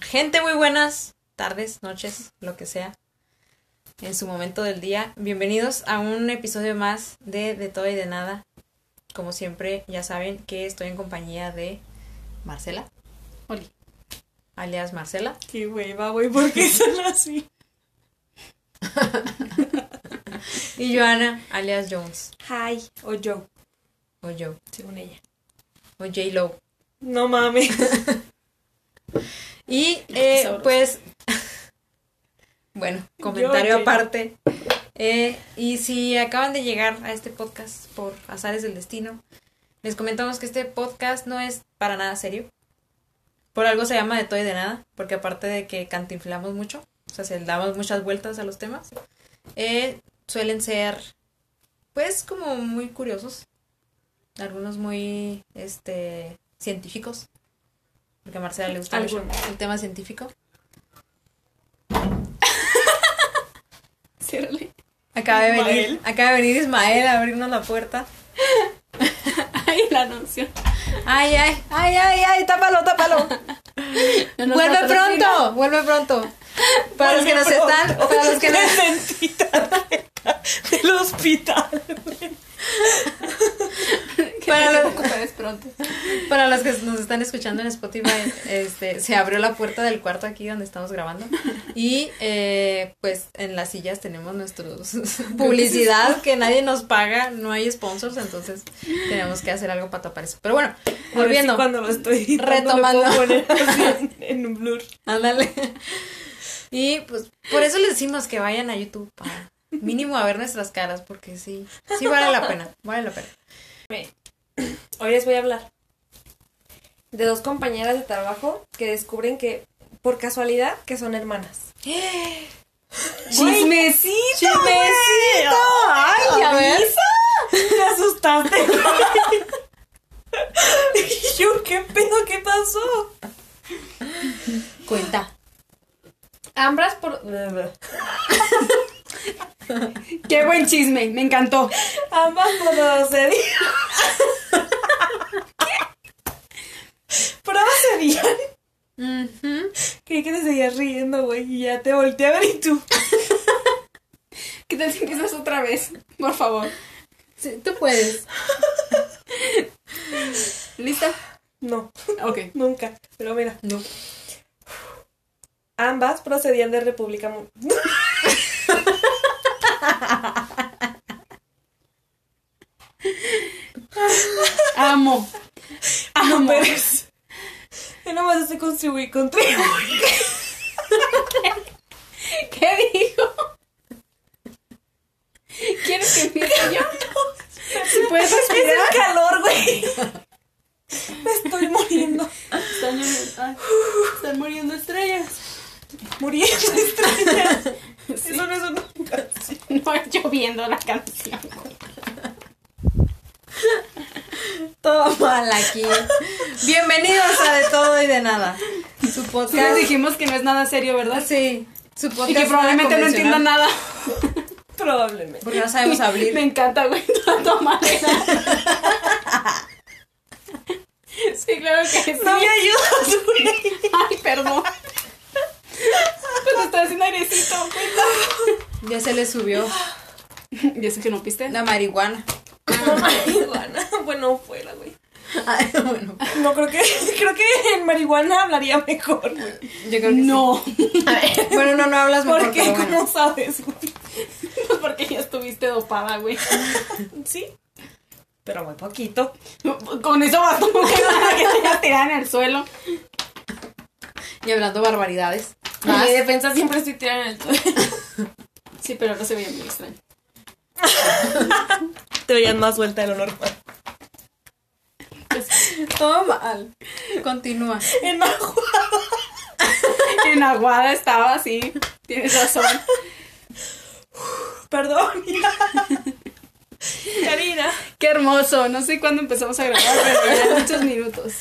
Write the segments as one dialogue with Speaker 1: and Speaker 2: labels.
Speaker 1: Gente, muy buenas tardes, noches, lo que sea, en su momento del día. Bienvenidos a un episodio más de De Todo y de Nada. Como siempre, ya saben que estoy en compañía de Marcela.
Speaker 2: Oli.
Speaker 1: Alias Marcela.
Speaker 2: Qué hueva, güey, ¿por qué son así?
Speaker 1: Y Joana, alias Jones.
Speaker 2: Hi, o yo,
Speaker 1: O Joe.
Speaker 2: según ella.
Speaker 1: O J. Lo.
Speaker 2: No mames.
Speaker 1: Y
Speaker 2: Qué
Speaker 1: eh,
Speaker 2: sabroso.
Speaker 1: pues, bueno, comentario
Speaker 2: Yo, J. Lo.
Speaker 1: aparte. Eh, y si acaban de llegar a este podcast por azares del destino, les comentamos que este podcast no es para nada serio. Por algo se llama de todo y de nada, porque aparte de que cantinflamos mucho, o sea, se le damos muchas vueltas a los temas, eh, suelen ser, pues, como muy curiosos. Algunos muy, este, científicos. Porque a Marcela le gusta mucho
Speaker 2: Algunos.
Speaker 1: el tema científico.
Speaker 2: Ciérrale.
Speaker 1: Acaba de venir,
Speaker 2: Ismael.
Speaker 1: acaba de venir Ismael a abrirnos la puerta.
Speaker 2: Ay, la anunció.
Speaker 1: Ay, ay, ay, ay, ay, tápalo, tápalo.
Speaker 2: No nos
Speaker 1: vuelve
Speaker 2: patrocina.
Speaker 1: pronto, vuelve pronto. Para los que nos
Speaker 2: Vuelve
Speaker 1: están,
Speaker 2: pronto.
Speaker 1: para los que nos,
Speaker 2: Presentita del hospital.
Speaker 1: Para
Speaker 2: Para
Speaker 1: los-
Speaker 2: los pronto.
Speaker 1: para los que nos están escuchando en Spotify, este, se abrió la puerta del cuarto aquí donde estamos grabando y eh, pues en las sillas tenemos nuestros publicidad que nadie nos paga, no hay sponsors, entonces tenemos que hacer algo para tapar eso. Pero bueno,
Speaker 2: Volviendo.
Speaker 1: volviendo,
Speaker 2: cuando lo estoy editando,
Speaker 1: Retomando.
Speaker 2: lo puedo poner así en, en un blur.
Speaker 1: ándale. Y pues por eso les decimos que vayan a YouTube para mínimo a ver nuestras caras porque sí, sí vale la pena, vale la pena.
Speaker 3: Hoy les voy a hablar de dos compañeras de trabajo que descubren que, por casualidad, que son hermanas.
Speaker 2: ¡Chismecito! ¡Chismecito!
Speaker 1: Ay, a ver.
Speaker 2: ¡Te asustaste!
Speaker 3: Y yo, ¿qué pedo? ¿Qué pasó?
Speaker 1: Cuenta.
Speaker 3: Ambas por...
Speaker 2: ¡Qué buen chisme! Me encantó.
Speaker 3: Ambas por procedían... Procedían... Creí que te seguías riendo, güey, y ya te volteé a ver y tú...
Speaker 2: ¿Qué tal si empiezas otra vez? Por favor.
Speaker 1: Sí, tú puedes.
Speaker 2: ¿Lista?
Speaker 3: No,
Speaker 2: Ok.
Speaker 3: nunca. Pero mira,
Speaker 1: No.
Speaker 3: ambas procedían de República... Mo-
Speaker 2: Amo.
Speaker 3: Ah,
Speaker 2: Amo.
Speaker 3: Pérez. Yo nomás estoy contribuir, contribuir.
Speaker 2: ¿Qué dijo? ¿Quieres que empiece yo? Si puedes respirar.
Speaker 3: Es el calor, güey. Me estoy muriendo.
Speaker 2: Están, ay, están muriendo estrellas.
Speaker 3: Muriendo estrellas.
Speaker 2: Sí.
Speaker 3: Eso no es una canción.
Speaker 2: No es lloviendo la canción.
Speaker 1: Todo mal aquí. Bienvenidos a De Todo y de Nada. Su
Speaker 2: Ya
Speaker 1: podcast. Ah,
Speaker 2: dijimos que no es nada serio, ¿verdad?
Speaker 1: Sí. Su podcast.
Speaker 2: Y que probablemente no
Speaker 1: convencional,
Speaker 2: entiendan nada.
Speaker 3: Probablemente.
Speaker 1: Porque no sabemos
Speaker 2: Me
Speaker 1: abrir.
Speaker 2: encanta, güey, toda manera. Sí, claro que sí.
Speaker 3: No me ayudas, güey.
Speaker 2: Ay, perdón. Pues está haciendo airecito.
Speaker 1: Ya se le subió
Speaker 2: ¿Y eso que no piste?
Speaker 1: la marihuana.
Speaker 3: Ah, No marihuana. Bueno, fuera, güey.
Speaker 1: Ay, Ah, bueno.
Speaker 3: No creo que. Creo que en marihuana hablaría mejor, güey.
Speaker 1: Yo creo que
Speaker 2: No,
Speaker 1: sí. Bueno, no, no hablas mejor.
Speaker 3: Porque,
Speaker 1: pero bueno.
Speaker 3: ¿cómo sabes, güey?
Speaker 2: pues porque ya estuviste dopada, güey.
Speaker 3: Sí. Pero muy poquito.
Speaker 2: Con eso bastó güey, para que te hayas tirado en el suelo.
Speaker 1: Y hablando barbaridades.
Speaker 3: En
Speaker 1: Más.
Speaker 3: mi defensa siempre estoy tirando en el suelo.
Speaker 2: Sí, pero no se veía muy extraño.
Speaker 3: Te veían más vuelta de lo normal.
Speaker 1: Todo mal. Continúa.
Speaker 3: En ajo.
Speaker 2: En Aguada estaba así. Tienes razón.
Speaker 3: Perdón. Karina.
Speaker 2: Qué hermoso. No sé cuándo empezamos a grabar, pero ya muchos minutos.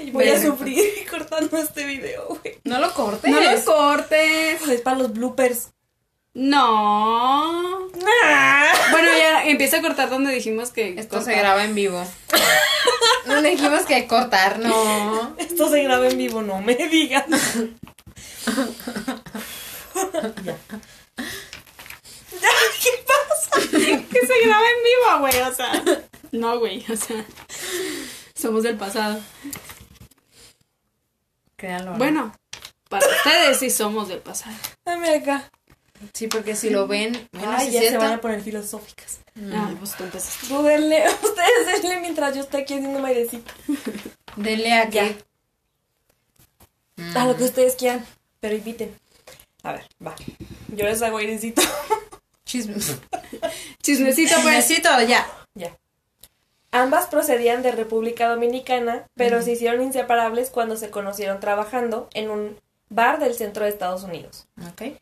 Speaker 3: Ay, Voy a
Speaker 1: Bueno.
Speaker 3: sufrir cortando este video, güey.
Speaker 1: No lo cortes.
Speaker 2: No los cortes.
Speaker 3: Es para los bloopers.
Speaker 2: No. Bueno, ya empieza a cortar donde dijimos que.
Speaker 1: Esto se
Speaker 2: cortaba.
Speaker 1: graba en vivo. No le dijimos que cortar, no.
Speaker 3: Esto se graba en vivo, no me digas. ya. ¿Qué pasa?
Speaker 2: Que se graba en vivo, güey, o sea. No, güey, o sea. Somos del pasado.
Speaker 1: Créanlo. ¿no?
Speaker 2: Bueno, para ustedes sí somos del pasado.
Speaker 3: Dame acá.
Speaker 1: Sí, porque si lo ven, bueno,
Speaker 3: Ay,
Speaker 1: sí
Speaker 3: ya
Speaker 1: es
Speaker 3: se van a
Speaker 1: cierto.
Speaker 3: poner filosóficas.
Speaker 2: Ah, pues tú empezaste.
Speaker 3: Tú denle, ustedes denle mientras yo estoy aquí haciendo mi airecito.
Speaker 1: Dele a
Speaker 3: Ya.
Speaker 1: que. Mm.
Speaker 3: A lo que ustedes quieran, pero inviten. A ver, va. Yo les hago airecito.
Speaker 1: Chisme.
Speaker 2: Chismecito, pues.
Speaker 1: Chismecito, ya.
Speaker 3: Ya. Ambas procedían de República Dominicana, pero se hicieron inseparables cuando se conocieron trabajando en un bar del centro de Estados Unidos.
Speaker 1: Ok.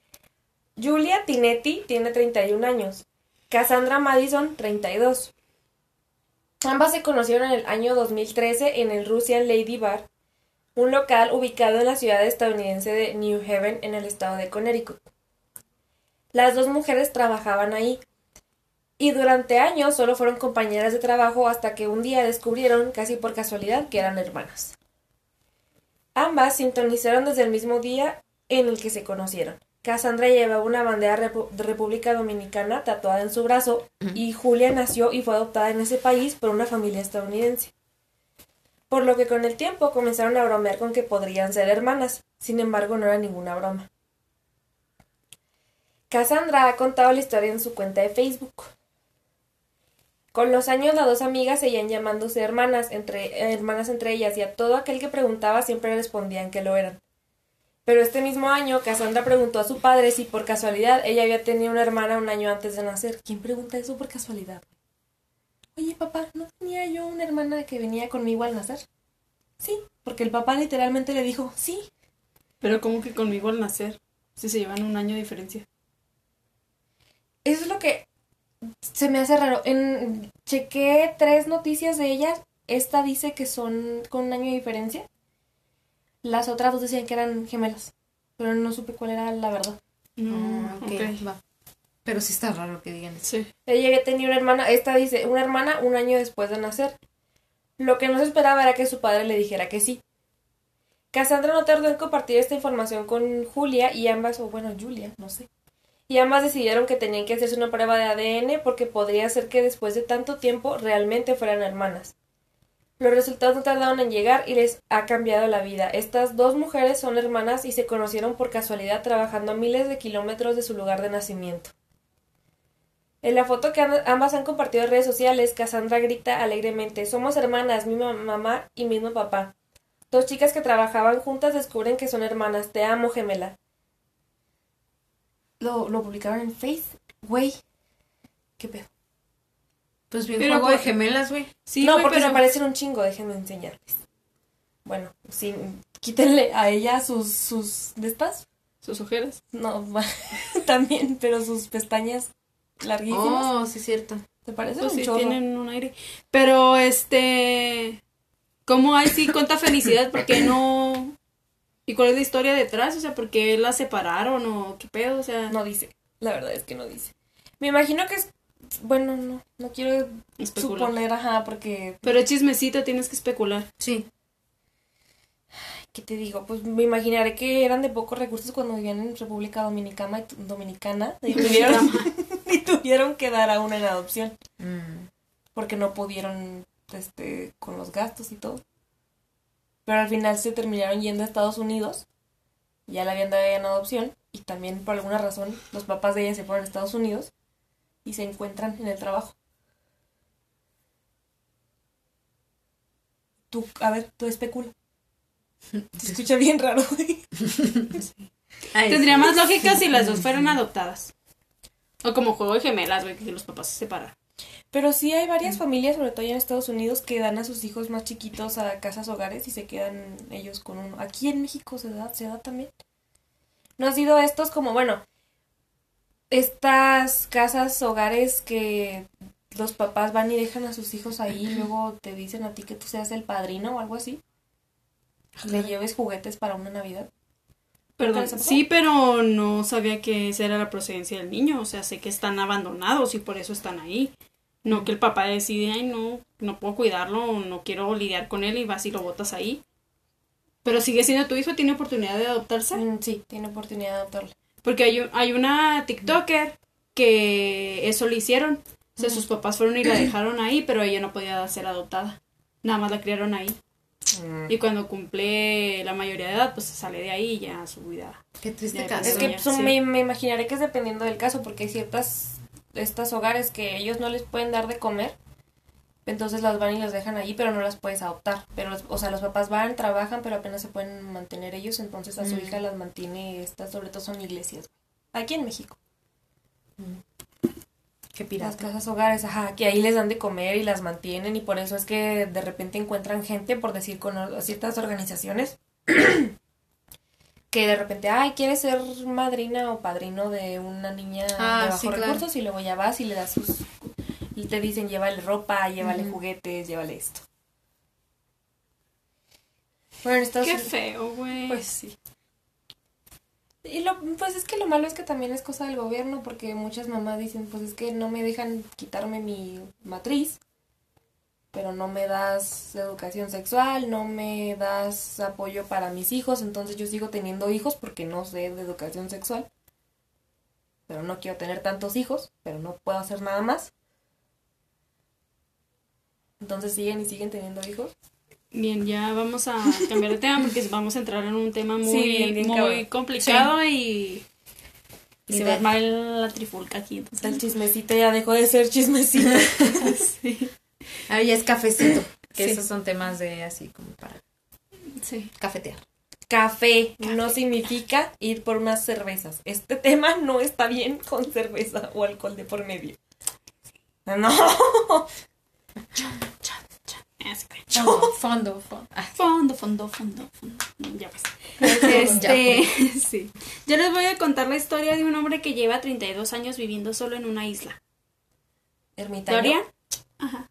Speaker 3: Julia Tinetti tiene 31 años, Cassandra Madison 32. Ambas se conocieron en el año 2013 en el Russian Lady Bar, un local ubicado en la ciudad estadounidense de New Haven en el estado de Connecticut. Las dos mujeres trabajaban ahí y durante años solo fueron compañeras de trabajo hasta que un día descubrieron, casi por casualidad, que eran hermanas. Ambas sintonizaron desde el mismo día en el que se conocieron. Cassandra llevaba una bandera repu- de República Dominicana tatuada en su brazo y Julia nació y fue adoptada en ese país por una familia estadounidense. Por lo que con el tiempo comenzaron a bromear con que podrían ser hermanas, sin embargo no era ninguna broma. Cassandra ha contado la historia en su cuenta de Facebook. Con los años las dos amigas seguían llamándose hermanas entre, eh, hermanas entre ellas y a todo aquel que preguntaba siempre respondían que lo eran. Pero este mismo año, Cassandra preguntó a su padre si por casualidad ella había tenido una hermana un año antes de nacer. ¿Quién pregunta eso por casualidad? Oye, papá, ¿no tenía yo una hermana que venía conmigo al nacer? Sí, porque el papá literalmente le dijo, sí.
Speaker 2: Pero como que conmigo al nacer. Si se llevan un año de diferencia.
Speaker 3: Eso es lo que se me hace raro. En, chequé tres noticias de ellas. Esta dice que son con un año de diferencia. Las otras dos decían que eran gemelas. Pero no supe cuál era la verdad.
Speaker 1: Ah,
Speaker 2: Mm,
Speaker 1: ok, va. Pero sí está raro que digan eso.
Speaker 2: Sí.
Speaker 3: Ella había tenido una hermana, esta dice, una hermana un año después de nacer. Lo que no se esperaba era que su padre le dijera que sí. Cassandra no tardó en compartir esta información con Julia y ambas, o bueno, Julia, no sé. Y ambas decidieron que tenían que hacerse una prueba de ADN porque podría ser que después de tanto tiempo realmente fueran hermanas. Los resultados no tardaron en llegar y les ha cambiado la vida. Estas dos mujeres son hermanas y se conocieron por casualidad trabajando a miles de kilómetros de su lugar de nacimiento. En la foto que amb- ambas han compartido en redes sociales, Cassandra grita alegremente, somos hermanas, mi ma- mamá y mismo papá. Dos chicas que trabajaban juntas descubren que son hermanas. Te amo, gemela. Lo, lo publicaron en Face. Güey. Qué pedo.
Speaker 1: Pues bien,
Speaker 2: Pero
Speaker 1: juego
Speaker 2: por-
Speaker 1: de gemelas, güey.
Speaker 2: Sí,
Speaker 3: no,
Speaker 2: güey,
Speaker 3: porque
Speaker 2: pero-
Speaker 3: me parecen un chingo, déjenme enseñarles. Bueno, sí, quítenle a ella sus, sus, ¿de estas?
Speaker 2: Sus ojeras.
Speaker 3: No, también, pero sus pestañas larguísimas.
Speaker 1: Oh, sí, cierto.
Speaker 3: ¿Te parecen
Speaker 2: Pues
Speaker 3: un
Speaker 2: sí,
Speaker 3: chorro?
Speaker 2: tienen un aire. Pero este. ¿Cómo hay sí cuánta felicidad? ¿Por qué no? ¿Y cuál es la historia detrás? O sea, ¿por qué la separaron o qué pedo? O sea,
Speaker 3: No dice. La verdad es que no dice. Me imagino que es. Bueno, no. No quiero
Speaker 2: especular.
Speaker 3: suponer, ajá, porque.
Speaker 2: Pero es chismecito, tienes que especular.
Speaker 1: Sí.
Speaker 3: ¿Qué te digo? Pues me imaginaré que eran de pocos recursos cuando vivían en República Dominicana y, tu- Dominicana, y, tuvieron, y tuvieron que dar a una en adopción.
Speaker 1: Mm.
Speaker 3: Porque no pudieron este, con los gastos y todo. Pero al final se terminaron yendo a Estados Unidos. Ya la habían dado en adopción. Y también por alguna razón los papás de ella se fueron a Estados Unidos y se encuentran en el trabajo. Tú, a ver, tú especula. Se escucha bien raro. güey.
Speaker 1: Ay,
Speaker 2: Tendría
Speaker 1: sí.
Speaker 2: más lógica si las dos fueran adoptadas. O como juego de gemelas, güey, que los papás se separan.
Speaker 3: Pero sí hay varias familias, sobre todo allá en Estados Unidos, que dan a sus hijos más chiquitos a casas hogares y se quedan ellos con uno. Aquí en México se da, se da también. No ha sido estos como, bueno, estas casas hogares que los papás van y dejan a sus hijos ahí y luego te dicen a ti que tú seas el padrino o algo así. y Le lleves juguetes para una Navidad.
Speaker 2: Perdón,
Speaker 3: ¿Te las
Speaker 2: sí, pero no sabía que esa era la procedencia del niño. O sea, sé que están abandonados y por eso están ahí. No que el papá decide, ay, no, no puedo cuidarlo, o no quiero lidiar con él y vas y lo botas ahí. Pero sigue siendo tu hijo, tiene oportunidad de adoptarse.
Speaker 3: Mm, sí, tiene oportunidad de adoptarla.
Speaker 2: Porque hay, un- hay una TikToker que eso le hicieron. O
Speaker 3: Mm.
Speaker 2: sea, sus papás fueron y la dejaron ahí, pero ella no podía ser adoptada. Nada más la criaron ahí. Y cuando cumple la mayoría de edad, pues se sale de ahí y ya su vida.
Speaker 1: Qué triste
Speaker 2: Ya,
Speaker 1: caso.
Speaker 3: Es
Speaker 2: Doña,
Speaker 3: que pues,
Speaker 2: sí.
Speaker 3: me, me imaginaré que es dependiendo del caso, porque hay ciertas estos hogares que ellos no les pueden dar de comer, entonces las van y las dejan ahí, pero no las puedes adoptar. Pero, los- o sea, los papás van, trabajan, pero apenas se pueden mantener ellos, entonces a su
Speaker 1: Mm.
Speaker 3: hija las mantiene, estas sobre todo son iglesias. Aquí en México,
Speaker 1: Qué
Speaker 3: las
Speaker 1: pirata.
Speaker 3: casas hogares, ajá, que ahí les dan de comer y las mantienen, y por eso es que de repente encuentran gente, por decir, con or- ciertas organizaciones, que de repente, ay, quieres ser madrina o padrino de una niña
Speaker 1: Ah,
Speaker 3: de bajos
Speaker 1: sí, claro.
Speaker 3: recursos, y luego ya vas y le das sus. Y te dicen, llévale ropa, llévale
Speaker 1: Ujú.
Speaker 3: juguetes, llévale esto. Bueno, en Estados
Speaker 2: Qué
Speaker 3: Unidos.
Speaker 2: feo, güey.
Speaker 3: Pues sí. Y lo, pues es que lo malo es que también es cosa del gobierno, porque muchas mamás dicen, pues es que no me dejan quitarme mi matriz, pero no me das educación sexual, no me das apoyo para mis hijos, entonces yo sigo teniendo hijos porque no sé de educación sexual, pero no quiero tener tantos hijos, pero no puedo hacer nada más. Entonces siguen y siguen teniendo hijos.
Speaker 2: Bien, ya vamos a cambiar de tema porque vamos a entrar en un tema muy,
Speaker 3: Sí, bien, bien
Speaker 2: muy
Speaker 3: cabrón.
Speaker 2: complicado y- y,
Speaker 1: Y de-
Speaker 2: se va a armar la trifulca aquí. Entonces,
Speaker 3: El chismecito ya dejó de ser chismecito.
Speaker 2: sí,
Speaker 1: Ahora ya es cafecito. Que
Speaker 2: Sí.
Speaker 1: esos son temas de así como para
Speaker 2: sí.
Speaker 1: cafetear.
Speaker 3: Café, no significa ir por unas cervezas. Este tema no está bien con cerveza o alcohol de por medio. No.
Speaker 2: Así que,
Speaker 1: Fondo, fondo, fondo. Ah,
Speaker 2: Ah, pues. Fondo, fondo, fondo, fondo. Ya pues.
Speaker 1: Ya,
Speaker 2: Este, sí. Yo les voy a contar la historia de un hombre que lleva 32 años viviendo solo en una isla. ¿Lo
Speaker 3: Ermitaño.
Speaker 2: harían? Ajá.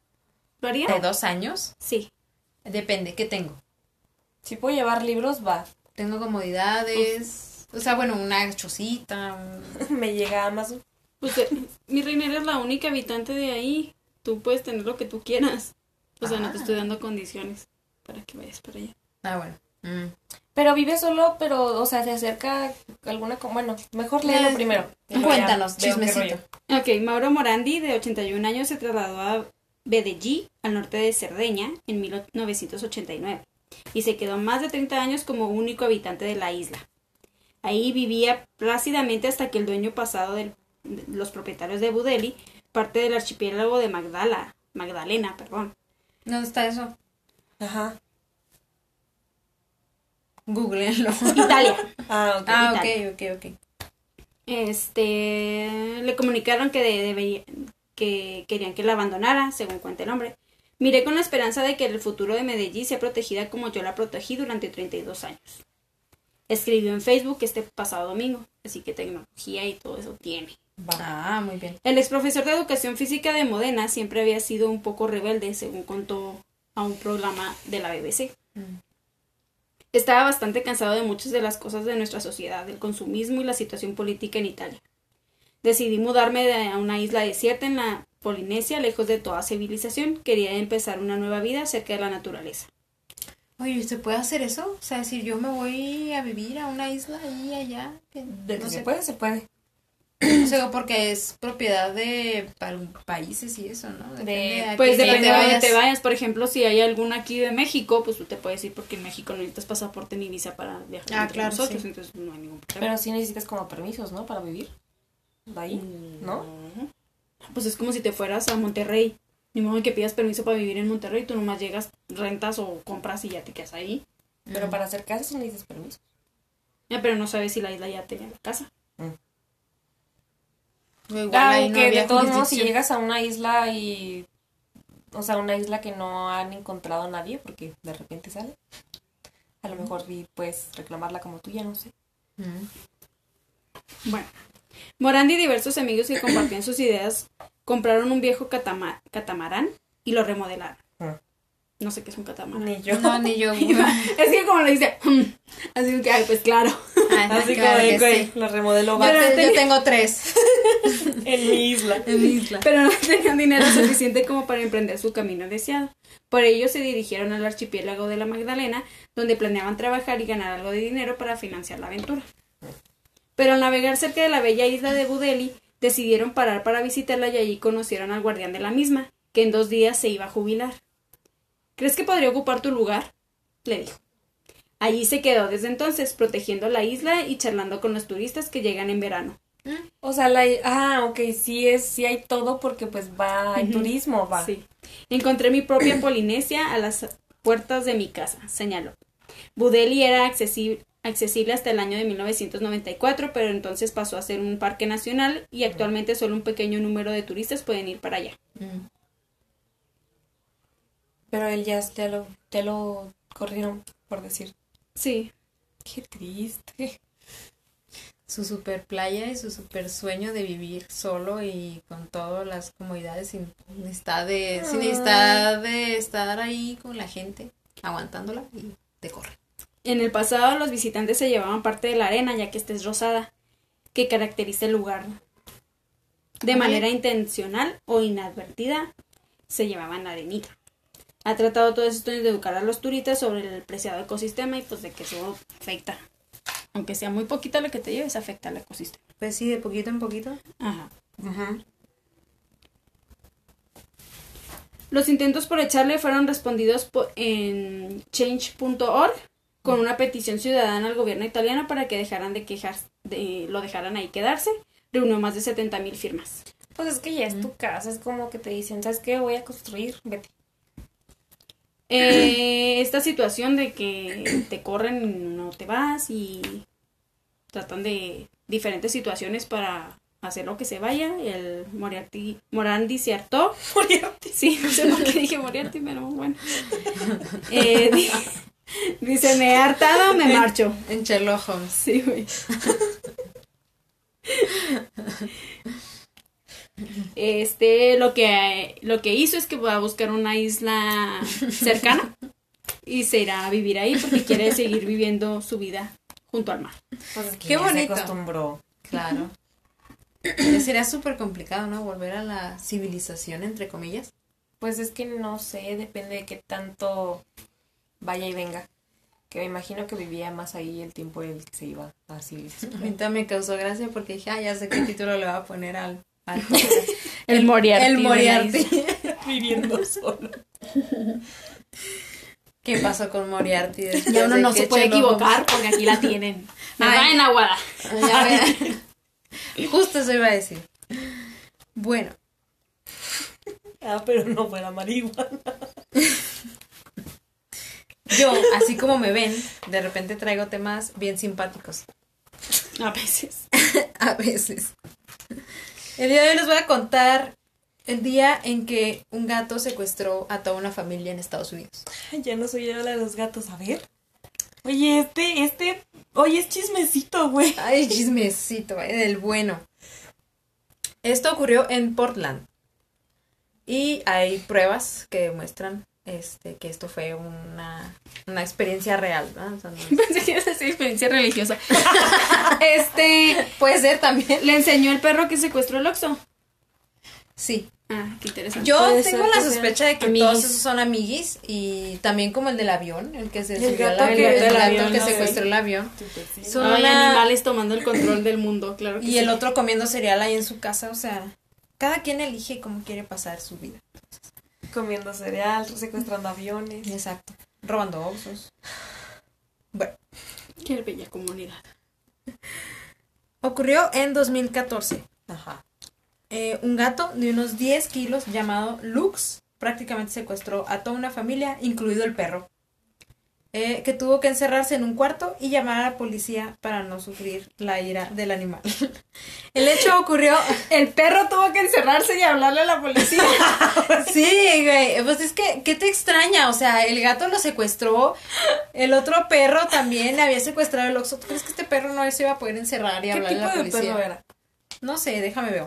Speaker 2: ¿Lo
Speaker 1: ¿De
Speaker 2: harían?
Speaker 1: dos años?
Speaker 2: Sí.
Speaker 1: Depende, ¿qué tengo?
Speaker 3: Si puedo llevar libros, va.
Speaker 1: Tengo comodidades. O sea, bueno, una chocita. un-
Speaker 3: Me llega a Amazon.
Speaker 2: Pues, eh, mi reina eres la única habitante de ahí. Tú puedes tener lo que tú quieras. O sea, no te
Speaker 1: Ah.
Speaker 2: estoy dando condiciones para que vayas para allá.
Speaker 1: Ah, bueno. Mm.
Speaker 3: Pero vive solo, pero, o sea, se acerca alguna. co- Bueno, mejor léelo
Speaker 1: Eh,
Speaker 3: primero.
Speaker 1: Cuéntanos,
Speaker 3: Veo qué
Speaker 1: chismecito.
Speaker 3: rollo.
Speaker 2: Ok, Mauro Morandi, de 81 años, se trasladó a Bedellí, al norte de Cerdeña, en 1989, y se quedó más de 30 años como único habitante de la isla. Ahí vivía plácidamente hasta que el dueño pasado del- de los propietarios de Budeli, parte del archipiélago de Magdala, Magdalena, perdón.
Speaker 1: ¿Dónde está eso?
Speaker 3: Ajá.
Speaker 1: Googleenlo.
Speaker 2: Italia.
Speaker 3: Ah, ok.
Speaker 1: ah, ok, ok, ok.
Speaker 2: Este, le comunicaron que de- debería- que querían que la abandonara, según cuenta el hombre. Miré con la esperanza de que el futuro de Medellín sea protegida como yo la protegí durante 32 años. Escribió en Facebook este pasado domingo, así que tecnología y todo eso tiene.
Speaker 3: Va.
Speaker 1: Ah, muy bien.
Speaker 2: El exprofesor de educación física de Modena siempre había sido un poco rebelde, según contó a un programa de la BBC.
Speaker 1: Mm.
Speaker 2: Estaba bastante cansado de muchas de las cosas de nuestra sociedad, el consumismo y la situación política en Italia. Decidí mudarme de- a una isla desierta en la Polinesia, lejos de toda civilización. Quería empezar una nueva vida cerca de la naturaleza.
Speaker 1: Oye, ¿se puede hacer eso? O sea, decir, yo me voy a vivir a una isla ahí, allá. que
Speaker 3: De que
Speaker 1: no
Speaker 3: se
Speaker 1: sé.
Speaker 3: puede, se puede.
Speaker 1: O sea, porque es propiedad de pa- países y eso, ¿no? a
Speaker 2: Pues
Speaker 1: qué
Speaker 2: depende de
Speaker 1: isla
Speaker 2: dónde te vayas. Por ejemplo, si hay alguna aquí de México, pues tú te puedes ir porque en México no necesitas pasaporte ni visa para viajar
Speaker 1: Ah,
Speaker 2: entre
Speaker 1: claro,
Speaker 2: nosotros,
Speaker 1: sí.
Speaker 2: entonces no hay ningún problema.
Speaker 3: Pero sí necesitas como permisos, ¿no? Para vivir. Va ahí. ¿no?
Speaker 2: Pues es como si te fueras a Monterrey. Ni modo que pidas permiso para vivir en Monterrey, tú nomás llegas, rentas o compras y ya te quedas ahí.
Speaker 1: Mm.
Speaker 3: Pero para hacer casas sí necesitas permisos.
Speaker 2: Ya, pero no sabes si la isla ya tenía la casa.
Speaker 1: O igual
Speaker 3: Claro,
Speaker 1: ahí no
Speaker 3: que
Speaker 1: había
Speaker 3: Ah, de todos modos, si
Speaker 1: jurisdicción.
Speaker 3: llegas a una isla y. O sea, una isla que no han encontrado a nadie, porque de repente sale. A lo mejor y puedes reclamarla como tuya, no sé.
Speaker 1: Mm.
Speaker 2: Bueno, Morandi y diversos amigos que compartían sus ideas compraron un viejo catama- catamarán y lo remodelaron.
Speaker 3: Ah.
Speaker 2: No sé qué es un catamarán.
Speaker 3: Ni yo.
Speaker 1: No, ni yo.
Speaker 2: Es que como lo dice, así que, ay, pues claro.
Speaker 1: Así
Speaker 4: claro
Speaker 1: como de,
Speaker 4: que
Speaker 1: güey,
Speaker 4: sí.
Speaker 1: lo remodeló
Speaker 4: Yo,
Speaker 1: va,
Speaker 4: te- yo tengo tres.
Speaker 1: en mi isla. En mi isla.
Speaker 2: pero no tenían dinero suficiente como para emprender su camino deseado. Por ello se dirigieron al archipiélago de la Magdalena, donde planeaban trabajar y ganar algo de dinero para financiar la aventura. Pero al navegar cerca de la bella isla de Budeli, decidieron parar para visitarla y allí conocieron al guardián de la misma, que en dos días se iba a jubilar. ¿Crees que podría ocupar tu lugar? le dijo. Allí se quedó desde entonces, protegiendo la isla y charlando con los turistas que llegan en verano.
Speaker 3: O sea, la, ah, ok, sí es, sí hay todo porque pues va, hay
Speaker 2: Ujú.
Speaker 3: turismo, va.
Speaker 2: Sí. Encontré mi propia Polinesia a las puertas de mi casa, señaló. Budeli era accesible, accesible hasta el año de 1994, pero entonces pasó a ser un parque nacional y actualmente solo un pequeño número de turistas pueden ir para allá.
Speaker 1: Mm.
Speaker 3: Pero él ya, ya lo, ya lo corrieron, por decir.
Speaker 2: Sí.
Speaker 3: Qué triste.
Speaker 1: Su super playa y su super sueño de vivir solo y con todas las comodidades sin necesidad de, sin necesidad de estar ahí con la gente, aguantándola y te corre.
Speaker 2: En el pasado los visitantes se llevaban parte de la arena, ya que esta es rosada, que caracteriza el lugar. De manera intencional o inadvertida, se llevaban la arenita. Ha tratado todo esto de educar a los turistas sobre el preciado ecosistema y pues de que eso afecta. Aunque sea muy poquita lo que te lleves, afecta al ecosistema.
Speaker 1: Pues sí, de poquito en poquito.
Speaker 2: Ajá.
Speaker 3: Ajá.
Speaker 2: Los intentos por echarle fueron respondidos po- en change.org con una petición ciudadana al gobierno italiano para que dejaran de quejar, de, lo dejaran ahí quedarse. Reunió más de 70.000 mil firmas.
Speaker 3: Pues es que ya es tu casa, es como que te dicen, ¿sabes qué? Voy a construir, vete.
Speaker 2: Eh, esta situación de que te corren, no te vas y tratan de diferentes situaciones para hacer lo que se vaya. El Moriarty, Morandi se hartó. Moriarty. Sí, no sé por qué dije Moriarty, pero bueno. Eh, di- dice, me he hartado, me marcho.
Speaker 1: En Sherlock Holmes.
Speaker 2: Sí, güey. Este, lo que, lo que hizo es que va a buscar una isla cercana y se irá a vivir ahí porque quiere seguir viviendo su vida junto al mar.
Speaker 3: Pues es que
Speaker 1: Qué
Speaker 3: ya
Speaker 1: bonito.
Speaker 3: se acostumbró.
Speaker 1: Claro. Ya Pues Sería súper complicado, ¿no? Volver a la civilización, entre comillas.
Speaker 3: Pues es que no sé, depende de qué tanto vaya y venga. Que me imagino que vivía más ahí el tiempo en el que se iba a civilización.
Speaker 1: Ahorita me causó gracia porque dije, ah, ya sé qué título le va a poner al... al
Speaker 2: El Moriarty.
Speaker 1: el Moriarty.
Speaker 3: Viviendo solo.
Speaker 1: ¿Qué pasó con Moriarty? después
Speaker 2: Ya uno
Speaker 1: de
Speaker 2: no
Speaker 1: que
Speaker 2: se puede
Speaker 1: Sherlock Holmes-
Speaker 2: equivocar porque aquí la tienen. Me
Speaker 1: Ay.
Speaker 2: va en aguada.
Speaker 1: Ya ve. Justo eso iba a decir. Bueno,
Speaker 3: Ah, pero no fue la marihuana.
Speaker 1: yo, así como me ven, de repente traigo temas bien simpáticos.
Speaker 2: A veces.
Speaker 1: A veces. El día de hoy les voy a contar el día en que un gato secuestró a toda una familia en Estados Unidos.
Speaker 3: Ya no soy yo la de los gatos, a ver. Oye, este, este, oye, es chismecito, güey.
Speaker 1: Ay, chismecito, eh, del bueno. Esto ocurrió en Portland. Y hay pruebas que demuestran este, que esto fue una, una experiencia real. ¿no? O sea, no-
Speaker 2: Pensé que ibas a decir experiencia religiosa. Este,
Speaker 1: Puede ser también.
Speaker 2: le enseñó el perro que secuestró el Oxxo.
Speaker 1: Sí.
Speaker 2: Ah, qué interesante.
Speaker 1: Yo
Speaker 3: Puede
Speaker 1: tengo
Speaker 3: ser
Speaker 1: la
Speaker 3: que sean
Speaker 1: sospecha de que
Speaker 2: amiguis.
Speaker 1: todos esos son amiguis y también como el del avión, el que se
Speaker 3: El
Speaker 1: subió al
Speaker 3: gato
Speaker 1: avión,
Speaker 2: que-
Speaker 1: el
Speaker 2: del
Speaker 1: gato
Speaker 2: avión,
Speaker 1: que
Speaker 2: ¿no?
Speaker 1: secuestró el avión. Son
Speaker 2: Ay,
Speaker 1: una-
Speaker 2: animales tomando el control del mundo, claro que
Speaker 1: Y
Speaker 2: sí.
Speaker 1: el otro comiendo cereal ahí en su casa, o sea, cada quien elige cómo quiere pasar su vida.
Speaker 3: Comiendo cereal, secuestrando aviones.
Speaker 1: Exacto. Robando osos. Bueno,
Speaker 2: Qué bella comunidad.
Speaker 1: ocurrió en 2014.
Speaker 3: Ajá.
Speaker 1: Eh, un gato de unos 10 kilos llamado Lux prácticamente secuestró a toda una familia, incluido el perro, eh, que tuvo que encerrarse en un cuarto y llamar a la policía para no sufrir la ira del animal. El hecho ocurrió...
Speaker 2: El perro tuvo que encerrarse y hablarle a la policía.
Speaker 1: Sí, güey, pues es que, ¿qué te extraña? O sea, el gato lo secuestró, el otro perro también le había secuestrado el oxo. ¿Tú crees que este perro no se iba a poder encerrar y
Speaker 3: ¿Qué
Speaker 1: hablarle a la
Speaker 3: tipo de
Speaker 1: policía?
Speaker 3: perro era?
Speaker 1: No sé, déjame ver.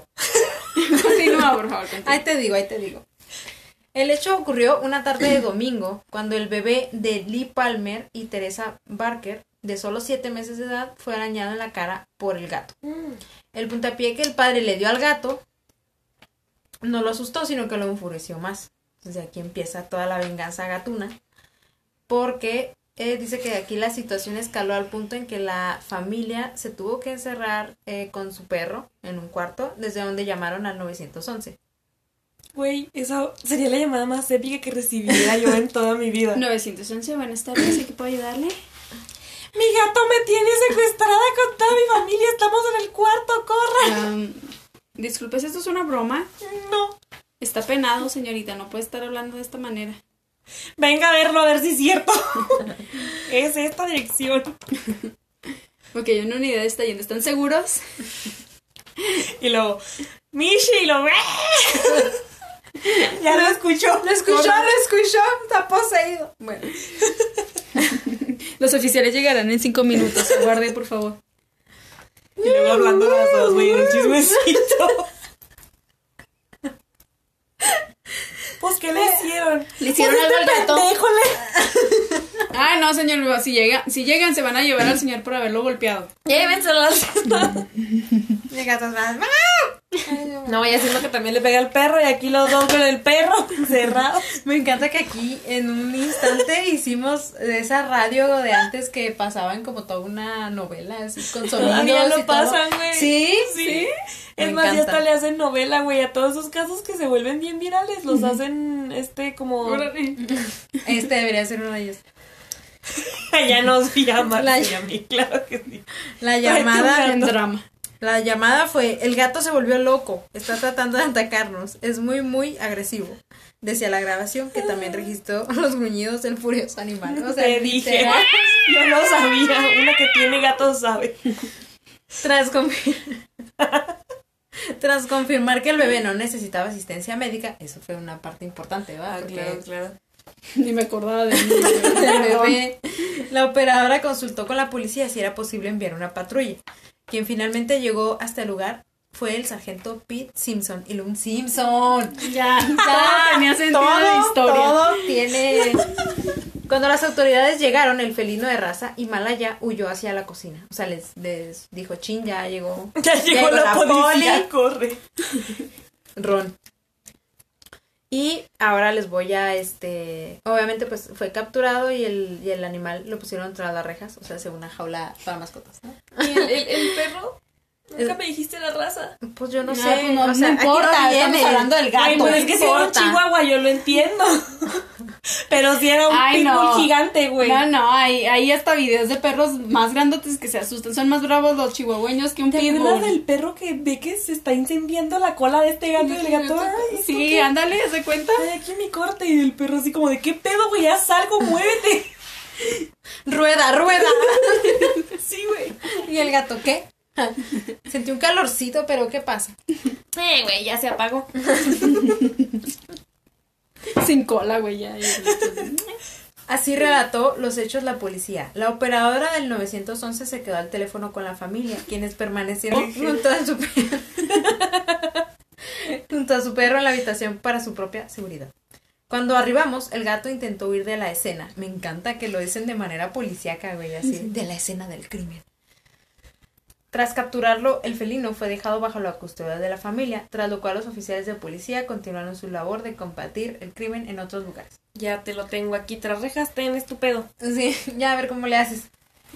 Speaker 2: Continúa, por favor.
Speaker 1: Ahí te digo, ahí te digo. El hecho ocurrió una tarde de domingo, cuando el bebé de Lee Palmer y Teresa Barker de solo siete meses de edad, fue arañado en la cara por el gato.
Speaker 3: Mm.
Speaker 1: El puntapié que el padre le dio al gato no lo asustó, sino que lo enfureció más. Desde aquí empieza toda la venganza gatuna. Porque eh, dice que aquí la situación escaló al punto en que la familia se tuvo que encerrar eh, con su perro en un cuarto, desde donde llamaron al 911.
Speaker 3: Güey, esa sería la llamada más épica que recibiera yo en toda mi vida.
Speaker 2: 911, buenas tardes, ¿en qué puedo ayudarle?
Speaker 3: Mi gato me tiene secuestrada con toda mi familia. Estamos en el cuarto, corre.
Speaker 2: Am, disculpes, esto es una broma.
Speaker 3: No.
Speaker 2: Está penado, señorita, no puede estar hablando de esta manera.
Speaker 3: Venga a verlo a ver si es cierto. es esta dirección.
Speaker 2: Ok, una unidad está yendo, ¿están seguros?
Speaker 3: Y luego, Mishi, y luego, ¡eh! ya lo escuchó.
Speaker 1: Lo escuchó, lo escuchó, está poseído. Bueno,
Speaker 2: Los oficiales llegarán en cinco minutos, guarde, por favor.
Speaker 3: Y luego hablando las dos, güey, en un chismecito. Pues, ¿qué le hicieron?
Speaker 2: Le hicieron
Speaker 3: Pues,
Speaker 2: algo
Speaker 3: este
Speaker 2: al gato.
Speaker 3: pendejo le-
Speaker 2: Ah, no, señor, si, llega, si llegan se van a llevar al señor por haberlo golpeado.
Speaker 3: Llévenselo.
Speaker 1: de gatos más.
Speaker 3: No, y haciendo que también le pega al perro y aquí los dos con el perro cerrado.
Speaker 1: Me encanta que aquí en un instante hicimos de esa radio de antes que pasaban como toda una novela así con sonidos
Speaker 3: Todavía
Speaker 1: y
Speaker 3: lo
Speaker 1: todo.
Speaker 3: pasan, güey.
Speaker 1: Sí,
Speaker 3: sí.
Speaker 1: sí.
Speaker 3: Es
Speaker 1: Me
Speaker 3: más, ya
Speaker 1: encanta.
Speaker 3: hasta le hacen novela, güey, a todos esos casos que se vuelven bien virales. Los hacen, este,
Speaker 1: Oh.
Speaker 3: como...
Speaker 1: Este debería ser uno de ellos.
Speaker 3: ya nos llaman.
Speaker 1: La-
Speaker 3: sí, a mí, claro que sí.
Speaker 1: La
Speaker 2: En
Speaker 1: llamada,
Speaker 2: drama.
Speaker 1: la llamada fue el gato se volvió loco, está tratando de atacarnos, es muy muy agresivo. Decía la grabación que también registró los gruñidos del furioso animal. O sea,
Speaker 3: Te dije.
Speaker 1: literal,
Speaker 3: Yo no sabía. Una que tiene gatos sabe.
Speaker 1: Tras, confir- Tras confirmar que el bebé no necesitaba asistencia médica, eso fue una parte importante,
Speaker 2: Ah,
Speaker 1: ¿verdad? Porque
Speaker 3: Ah, claro.
Speaker 2: Ni me acordaba de mí.
Speaker 1: el bebé- La operadora consultó con la policía si era posible enviar una patrulla. Quien finalmente llegó hasta el lugar fue el sargento Pete Simpson. Y un Simpson.
Speaker 2: Ya, ya tenía sentido la historia.
Speaker 1: todo tiene. Cuando las autoridades llegaron, el felino de raza Himalaya huyó hacia la cocina. O sea, les, les dijo, chin, ya llegó.
Speaker 3: Ya llegó la policía. Corre.
Speaker 1: Ron. Y ahora les voy a este. Obviamente, pues fue capturado y el, y el animal lo pusieron tras las rejas, o sea, hace una jaula para mascotas. ¿no?
Speaker 3: ¿Y el, el, el perro? Nunca
Speaker 1: Es-
Speaker 3: me dijiste la raza.
Speaker 1: Pues yo no,
Speaker 2: No,
Speaker 1: sé.
Speaker 2: pues, no-
Speaker 1: o sea,
Speaker 2: no
Speaker 1: aquí no
Speaker 2: importa,
Speaker 1: viene.
Speaker 2: estamos hablando del gato.
Speaker 3: Ay,
Speaker 1: no
Speaker 3: pues es que si era un
Speaker 1: importa.
Speaker 3: chihuahua, yo lo entiendo. Pero si era un
Speaker 2: Ay,
Speaker 3: pitbull
Speaker 2: no.
Speaker 3: gigante, güey.
Speaker 2: No, no, hay, hay hasta videos de perros más grandotes que se asustan. Son más bravos los chihuahueños que un
Speaker 3: ¿Te acuerdas
Speaker 2: pitbull.
Speaker 3: del perro que ve que se está incendiando la cola de este gato y el gato? Ay, ¿esto
Speaker 2: Sí,
Speaker 3: qué?
Speaker 2: ándale, ¿se cuenta?
Speaker 3: Ay, aquí mi corte y el perro así como de qué pedo, güey, haz algo, muévete.
Speaker 1: Rueda, rueda.
Speaker 3: Sí, güey.
Speaker 1: ¿Y el gato qué? Sentí un calorcito, pero ¿qué pasa? Eh, güey, ya se apagó.
Speaker 2: Sin cola, güey, ya. ya.
Speaker 1: Así relató los hechos la policía. La operadora del 911 se quedó al teléfono con la familia, quienes permanecieron junto a su perro, junto a su perro en la habitación para su propia seguridad. Cuando arribamos, el gato intentó huir de la escena. Me encanta que lo dicen de manera policíaca, güey, así, de la escena del crimen. Tras capturarlo, el felino fue dejado bajo la custodia de la familia, tras lo cual los oficiales de policía continuaron su labor de combatir el crimen en otros lugares.
Speaker 3: Ya te lo tengo aquí tras rejas, ten estupendo.
Speaker 1: Sí, ya a ver cómo le haces.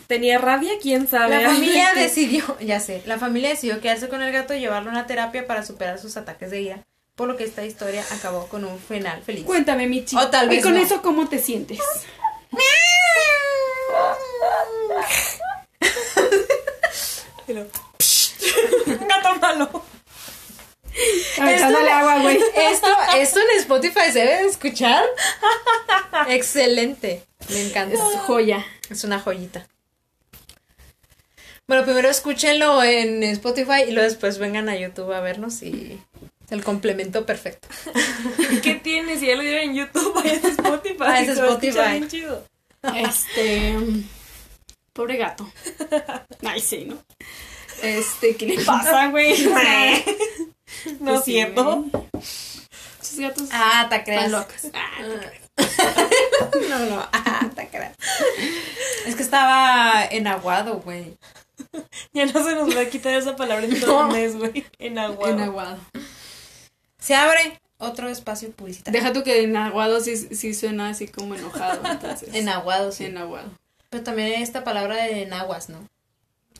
Speaker 3: Tenía rabia, quién sabe.
Speaker 1: La familia decidió, ya sé, la familia decidió quedarse con el gato y llevarlo a una terapia para superar sus ataques de ira, por lo que esta historia acabó con un final feliz.
Speaker 2: Cuéntame, mi chico.
Speaker 1: O tal
Speaker 2: ¿Y
Speaker 1: vez
Speaker 2: con
Speaker 1: no.
Speaker 2: eso cómo te sientes?
Speaker 3: Gato malo.
Speaker 2: Aventándole agua, güey.
Speaker 1: Esto, esto en Spotify se debe de escuchar. Excelente, me encanta.
Speaker 2: Es joya.
Speaker 1: Es una joyita. Bueno, primero escúchenlo en Spotify y luego después vengan a YouTube a vernos y el complemento perfecto.
Speaker 3: ¿Qué tienes? Si ya lo dieron en YouTube, vaya a Spotify.
Speaker 1: Ah, es
Speaker 3: se va a escuchar
Speaker 1: Spotify.
Speaker 3: bien chido.
Speaker 2: Este. Pobre gato. Ay, sí, ¿no? Este, ¿qué le pasa, güey? O sea,
Speaker 3: No
Speaker 2: pues
Speaker 3: es
Speaker 2: sí,
Speaker 3: cierto.
Speaker 2: güey. Esos gatos
Speaker 1: Ah, te
Speaker 2: están
Speaker 1: creas.
Speaker 2: locos. Ah, te creo.
Speaker 1: No, no, ah, te creas. Es que estaba enaguado, güey.
Speaker 4: Ya no se nos va a quitar esa palabra en todo el mes, güey. En agua.
Speaker 2: En Aguado.
Speaker 1: Se abre otro espacio publicitario.
Speaker 2: Deja tú que en Aguado sí, sí suena así como enojado, entonces.
Speaker 1: Enaguado, sí.
Speaker 2: En Aguado.
Speaker 1: Pero también esta palabra de enaguas, ¿no?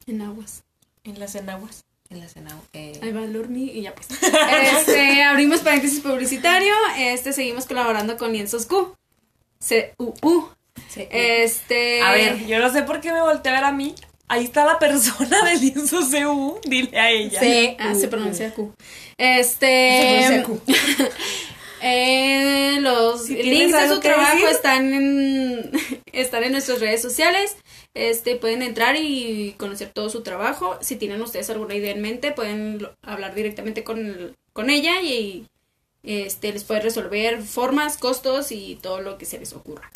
Speaker 2: En aguas.
Speaker 4: En las enaguas.
Speaker 1: En las eh, enaguas.
Speaker 2: Ahí va Lormi y ya pues. Este, abrimos paréntesis publicitario. Este, seguimos colaborando con Lienzos Q. C U U.
Speaker 1: eh,
Speaker 2: Este.
Speaker 4: A ver, Eh, yo no sé por qué me volteé a ver a mí. Ahí está la persona de lienzo CU. Dile a ella.
Speaker 1: C.
Speaker 2: Ah,
Speaker 1: U,
Speaker 2: se
Speaker 1: U.
Speaker 2: pronuncia Q.
Speaker 1: Uh, Se
Speaker 2: Este.
Speaker 1: pronuncia Q.
Speaker 2: eh, los
Speaker 4: Si tienes
Speaker 2: links a
Speaker 4: algo
Speaker 2: su
Speaker 4: que
Speaker 2: trabajo
Speaker 4: decir.
Speaker 2: están en, están en nuestras redes sociales. Este, pueden entrar y conocer todo su trabajo. Si tienen ustedes alguna idea en mente, pueden lo- hablar directamente con, el- con ella y este, les puede resolver formas, costos y todo lo que se les ocurra.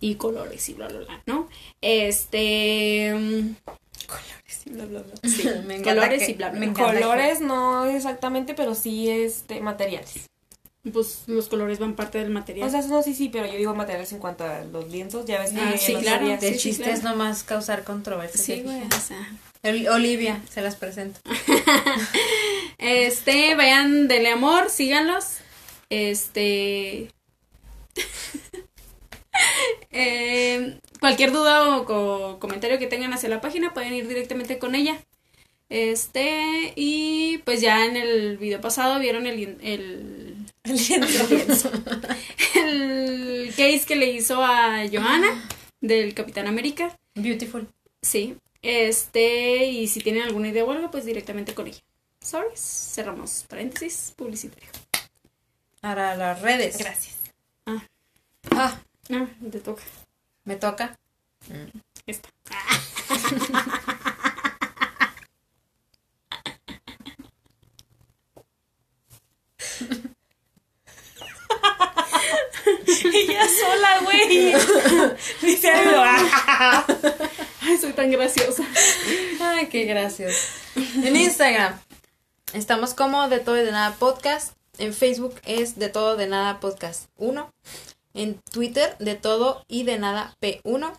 Speaker 2: Y colores y bla, bla, bla, ¿no? Este... mm,
Speaker 4: Sí, bla, bla, bla.
Speaker 2: Sí,
Speaker 1: Me encanta
Speaker 2: colores
Speaker 1: que-
Speaker 2: y bla, bla,
Speaker 1: me
Speaker 2: bla.
Speaker 1: encanta que-
Speaker 3: Colores no exactamente, pero sí este materiales.
Speaker 2: Pues los colores van parte del material.
Speaker 3: O sea, no sí sí, pero yo digo materiales en cuanto a los lienzos, ya ves que
Speaker 2: Ah,
Speaker 3: el
Speaker 2: sí,
Speaker 3: otro
Speaker 2: claro.
Speaker 3: día-
Speaker 1: De
Speaker 2: Sí, sí,
Speaker 1: chistes
Speaker 2: claro.
Speaker 1: nomás causar controversia. ya
Speaker 2: sí, güey,
Speaker 1: dije.
Speaker 2: o sea.
Speaker 1: El- Olivia, se las presento.
Speaker 2: Este, vayan, denle amor, síganlos. Este. Eh, cualquier duda o co- comentario que tengan hacia la página pueden ir directamente con ella. Este, y pues ya en el video pasado vieron el, el,
Speaker 4: El lienzo.
Speaker 2: el case que le hizo a Johanna del Capitán América.
Speaker 1: Beautiful.
Speaker 2: Sí. Este, y si tienen alguna idea o algo, pues directamente con ella. Sorry, cerramos paréntesis publicitario.
Speaker 1: Ahora las redes.
Speaker 4: Gracias.
Speaker 1: Ah,
Speaker 2: Ah, te toca.
Speaker 1: me toca.
Speaker 2: Esta.
Speaker 4: Ella sola, güey. Dice algo. ah.
Speaker 2: Ay, soy tan graciosa.
Speaker 1: Ay, qué gracioso. En Instagram estamos como De Todo y de Nada Podcast. En Facebook es De Todo de Nada Podcast 1. En Twitter, De Todo y de Nada P1.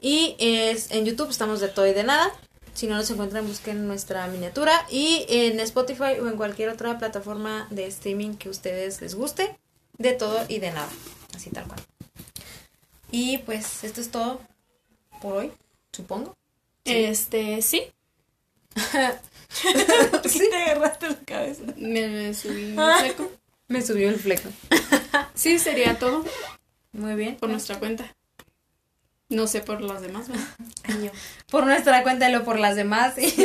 Speaker 1: Y es, en YouTube estamos De Todo y de Nada. Si no nos encuentran, busquen nuestra miniatura. Y en Spotify o en cualquier otra plataforma de streaming que ustedes les guste. De Todo y de Nada. Así tal cual. Y pues esto es todo por hoy, supongo.
Speaker 2: Este, sí.
Speaker 4: ¿Por qué te agarraste la cabeza?
Speaker 2: Me, me subí
Speaker 3: Ah.
Speaker 2: un fleco.
Speaker 1: Me subió el fleco.
Speaker 2: Sí, sería todo
Speaker 1: Muy bien.
Speaker 2: por nuestra cuenta. No sé por las demás, ¿verdad?
Speaker 1: Por nuestra cuenta y lo por las demás.
Speaker 2: Pues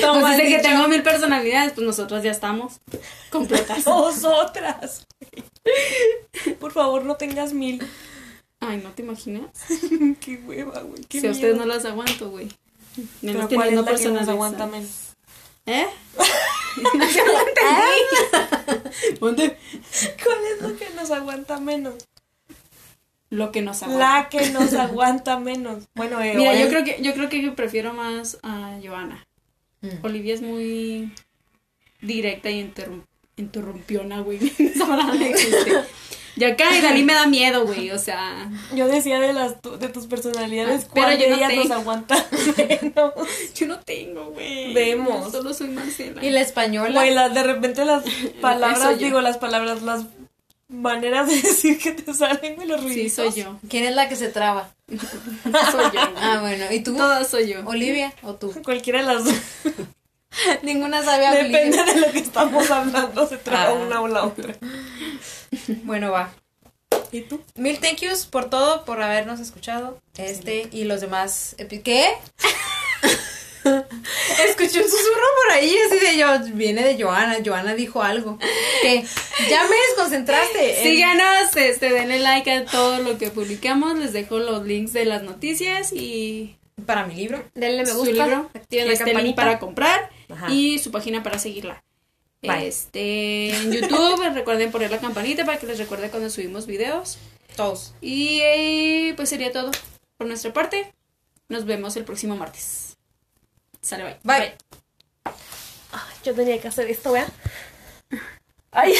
Speaker 4: Toma,
Speaker 2: desde que
Speaker 4: dicho.
Speaker 2: tengo mil personalidades, pues nosotras ya estamos completas.
Speaker 4: Nosotras. güey. Por favor, no tengas mil.
Speaker 2: Ay, ¿no te imaginas?
Speaker 4: Qué hueva, güey. Qué
Speaker 2: Si a ustedes
Speaker 4: miedo.
Speaker 2: no las aguanto, güey.
Speaker 3: Pero
Speaker 2: Menos
Speaker 3: cuál es
Speaker 2: teniendo
Speaker 3: la que nos
Speaker 2: personalidades.
Speaker 3: aguanta menos.
Speaker 2: ¿Eh? No se aguantan,
Speaker 3: Ah.
Speaker 2: güey.
Speaker 4: ¿Cuál es lo que nos aguanta menos?
Speaker 2: Lo que nos aguanta.
Speaker 4: La que nos aguanta menos. Bueno, eh,
Speaker 2: Mira,
Speaker 4: bueno.
Speaker 2: yo creo que yo creo que yo prefiero más a Joana. Olivia es muy directa y interrum- interrumpiona, güey. Esa palabra no existe. Y acá y Dalí me da miedo, güey. O sea,
Speaker 4: Yo decía de las tu- de tus personalidades,
Speaker 2: Ah, pero
Speaker 4: cuál
Speaker 2: yo
Speaker 4: de
Speaker 2: no
Speaker 4: ellas
Speaker 2: tengo.
Speaker 4: nos aguanta menos.
Speaker 2: yo no tengo, güey.
Speaker 4: Vemos.
Speaker 2: Yo Solo soy Marcela.
Speaker 1: Y la española.
Speaker 4: Güey, las- de repente las
Speaker 2: Eso
Speaker 4: palabras,
Speaker 2: yo.
Speaker 4: digo, las palabras, las maneras de decir que te salen de los
Speaker 2: Sí,
Speaker 4: ruiditos.
Speaker 2: soy yo.
Speaker 1: ¿Quién es la que se traba?
Speaker 2: Soy yo.
Speaker 1: Ah, bueno. ¿Y tú?
Speaker 2: Todas soy yo.
Speaker 1: ¿Olivia o tú?
Speaker 4: Cualquiera de las dos.
Speaker 1: Ninguna sabe hablar.
Speaker 4: Depende de lo que estamos hablando, se trata
Speaker 1: Ah.
Speaker 4: una o la otra.
Speaker 1: Bueno, va.
Speaker 4: ¿Y tú?
Speaker 1: Mil thank yous por todo, por habernos escuchado. Este y los demás. epi- ¿Qué? Escuché un susurro por ahí, así de yo. Viene de Joana. Joana dijo algo. ¿Qué? Ya me desconcentraste.
Speaker 2: Síganos, este, denle like a todo lo que publicamos. Les dejo los links de las noticias y
Speaker 1: Eh, Para mi libro.
Speaker 3: Denle me
Speaker 2: su
Speaker 3: gusta,
Speaker 2: libro.
Speaker 3: activen la
Speaker 2: este link
Speaker 3: campanita.
Speaker 2: para comprar
Speaker 1: Ajá.
Speaker 2: y su página para seguirla.
Speaker 1: Bye.
Speaker 2: Este, en YouTube, recuerden poner la campanita para que les recuerde cuando subimos videos.
Speaker 1: Todos.
Speaker 2: Y eh, pues sería todo por nuestra parte. Nos vemos el próximo martes. Sale, bye.
Speaker 1: Bye.
Speaker 4: Yo tenía que hacer esto, ¿verdad?
Speaker 3: Ay.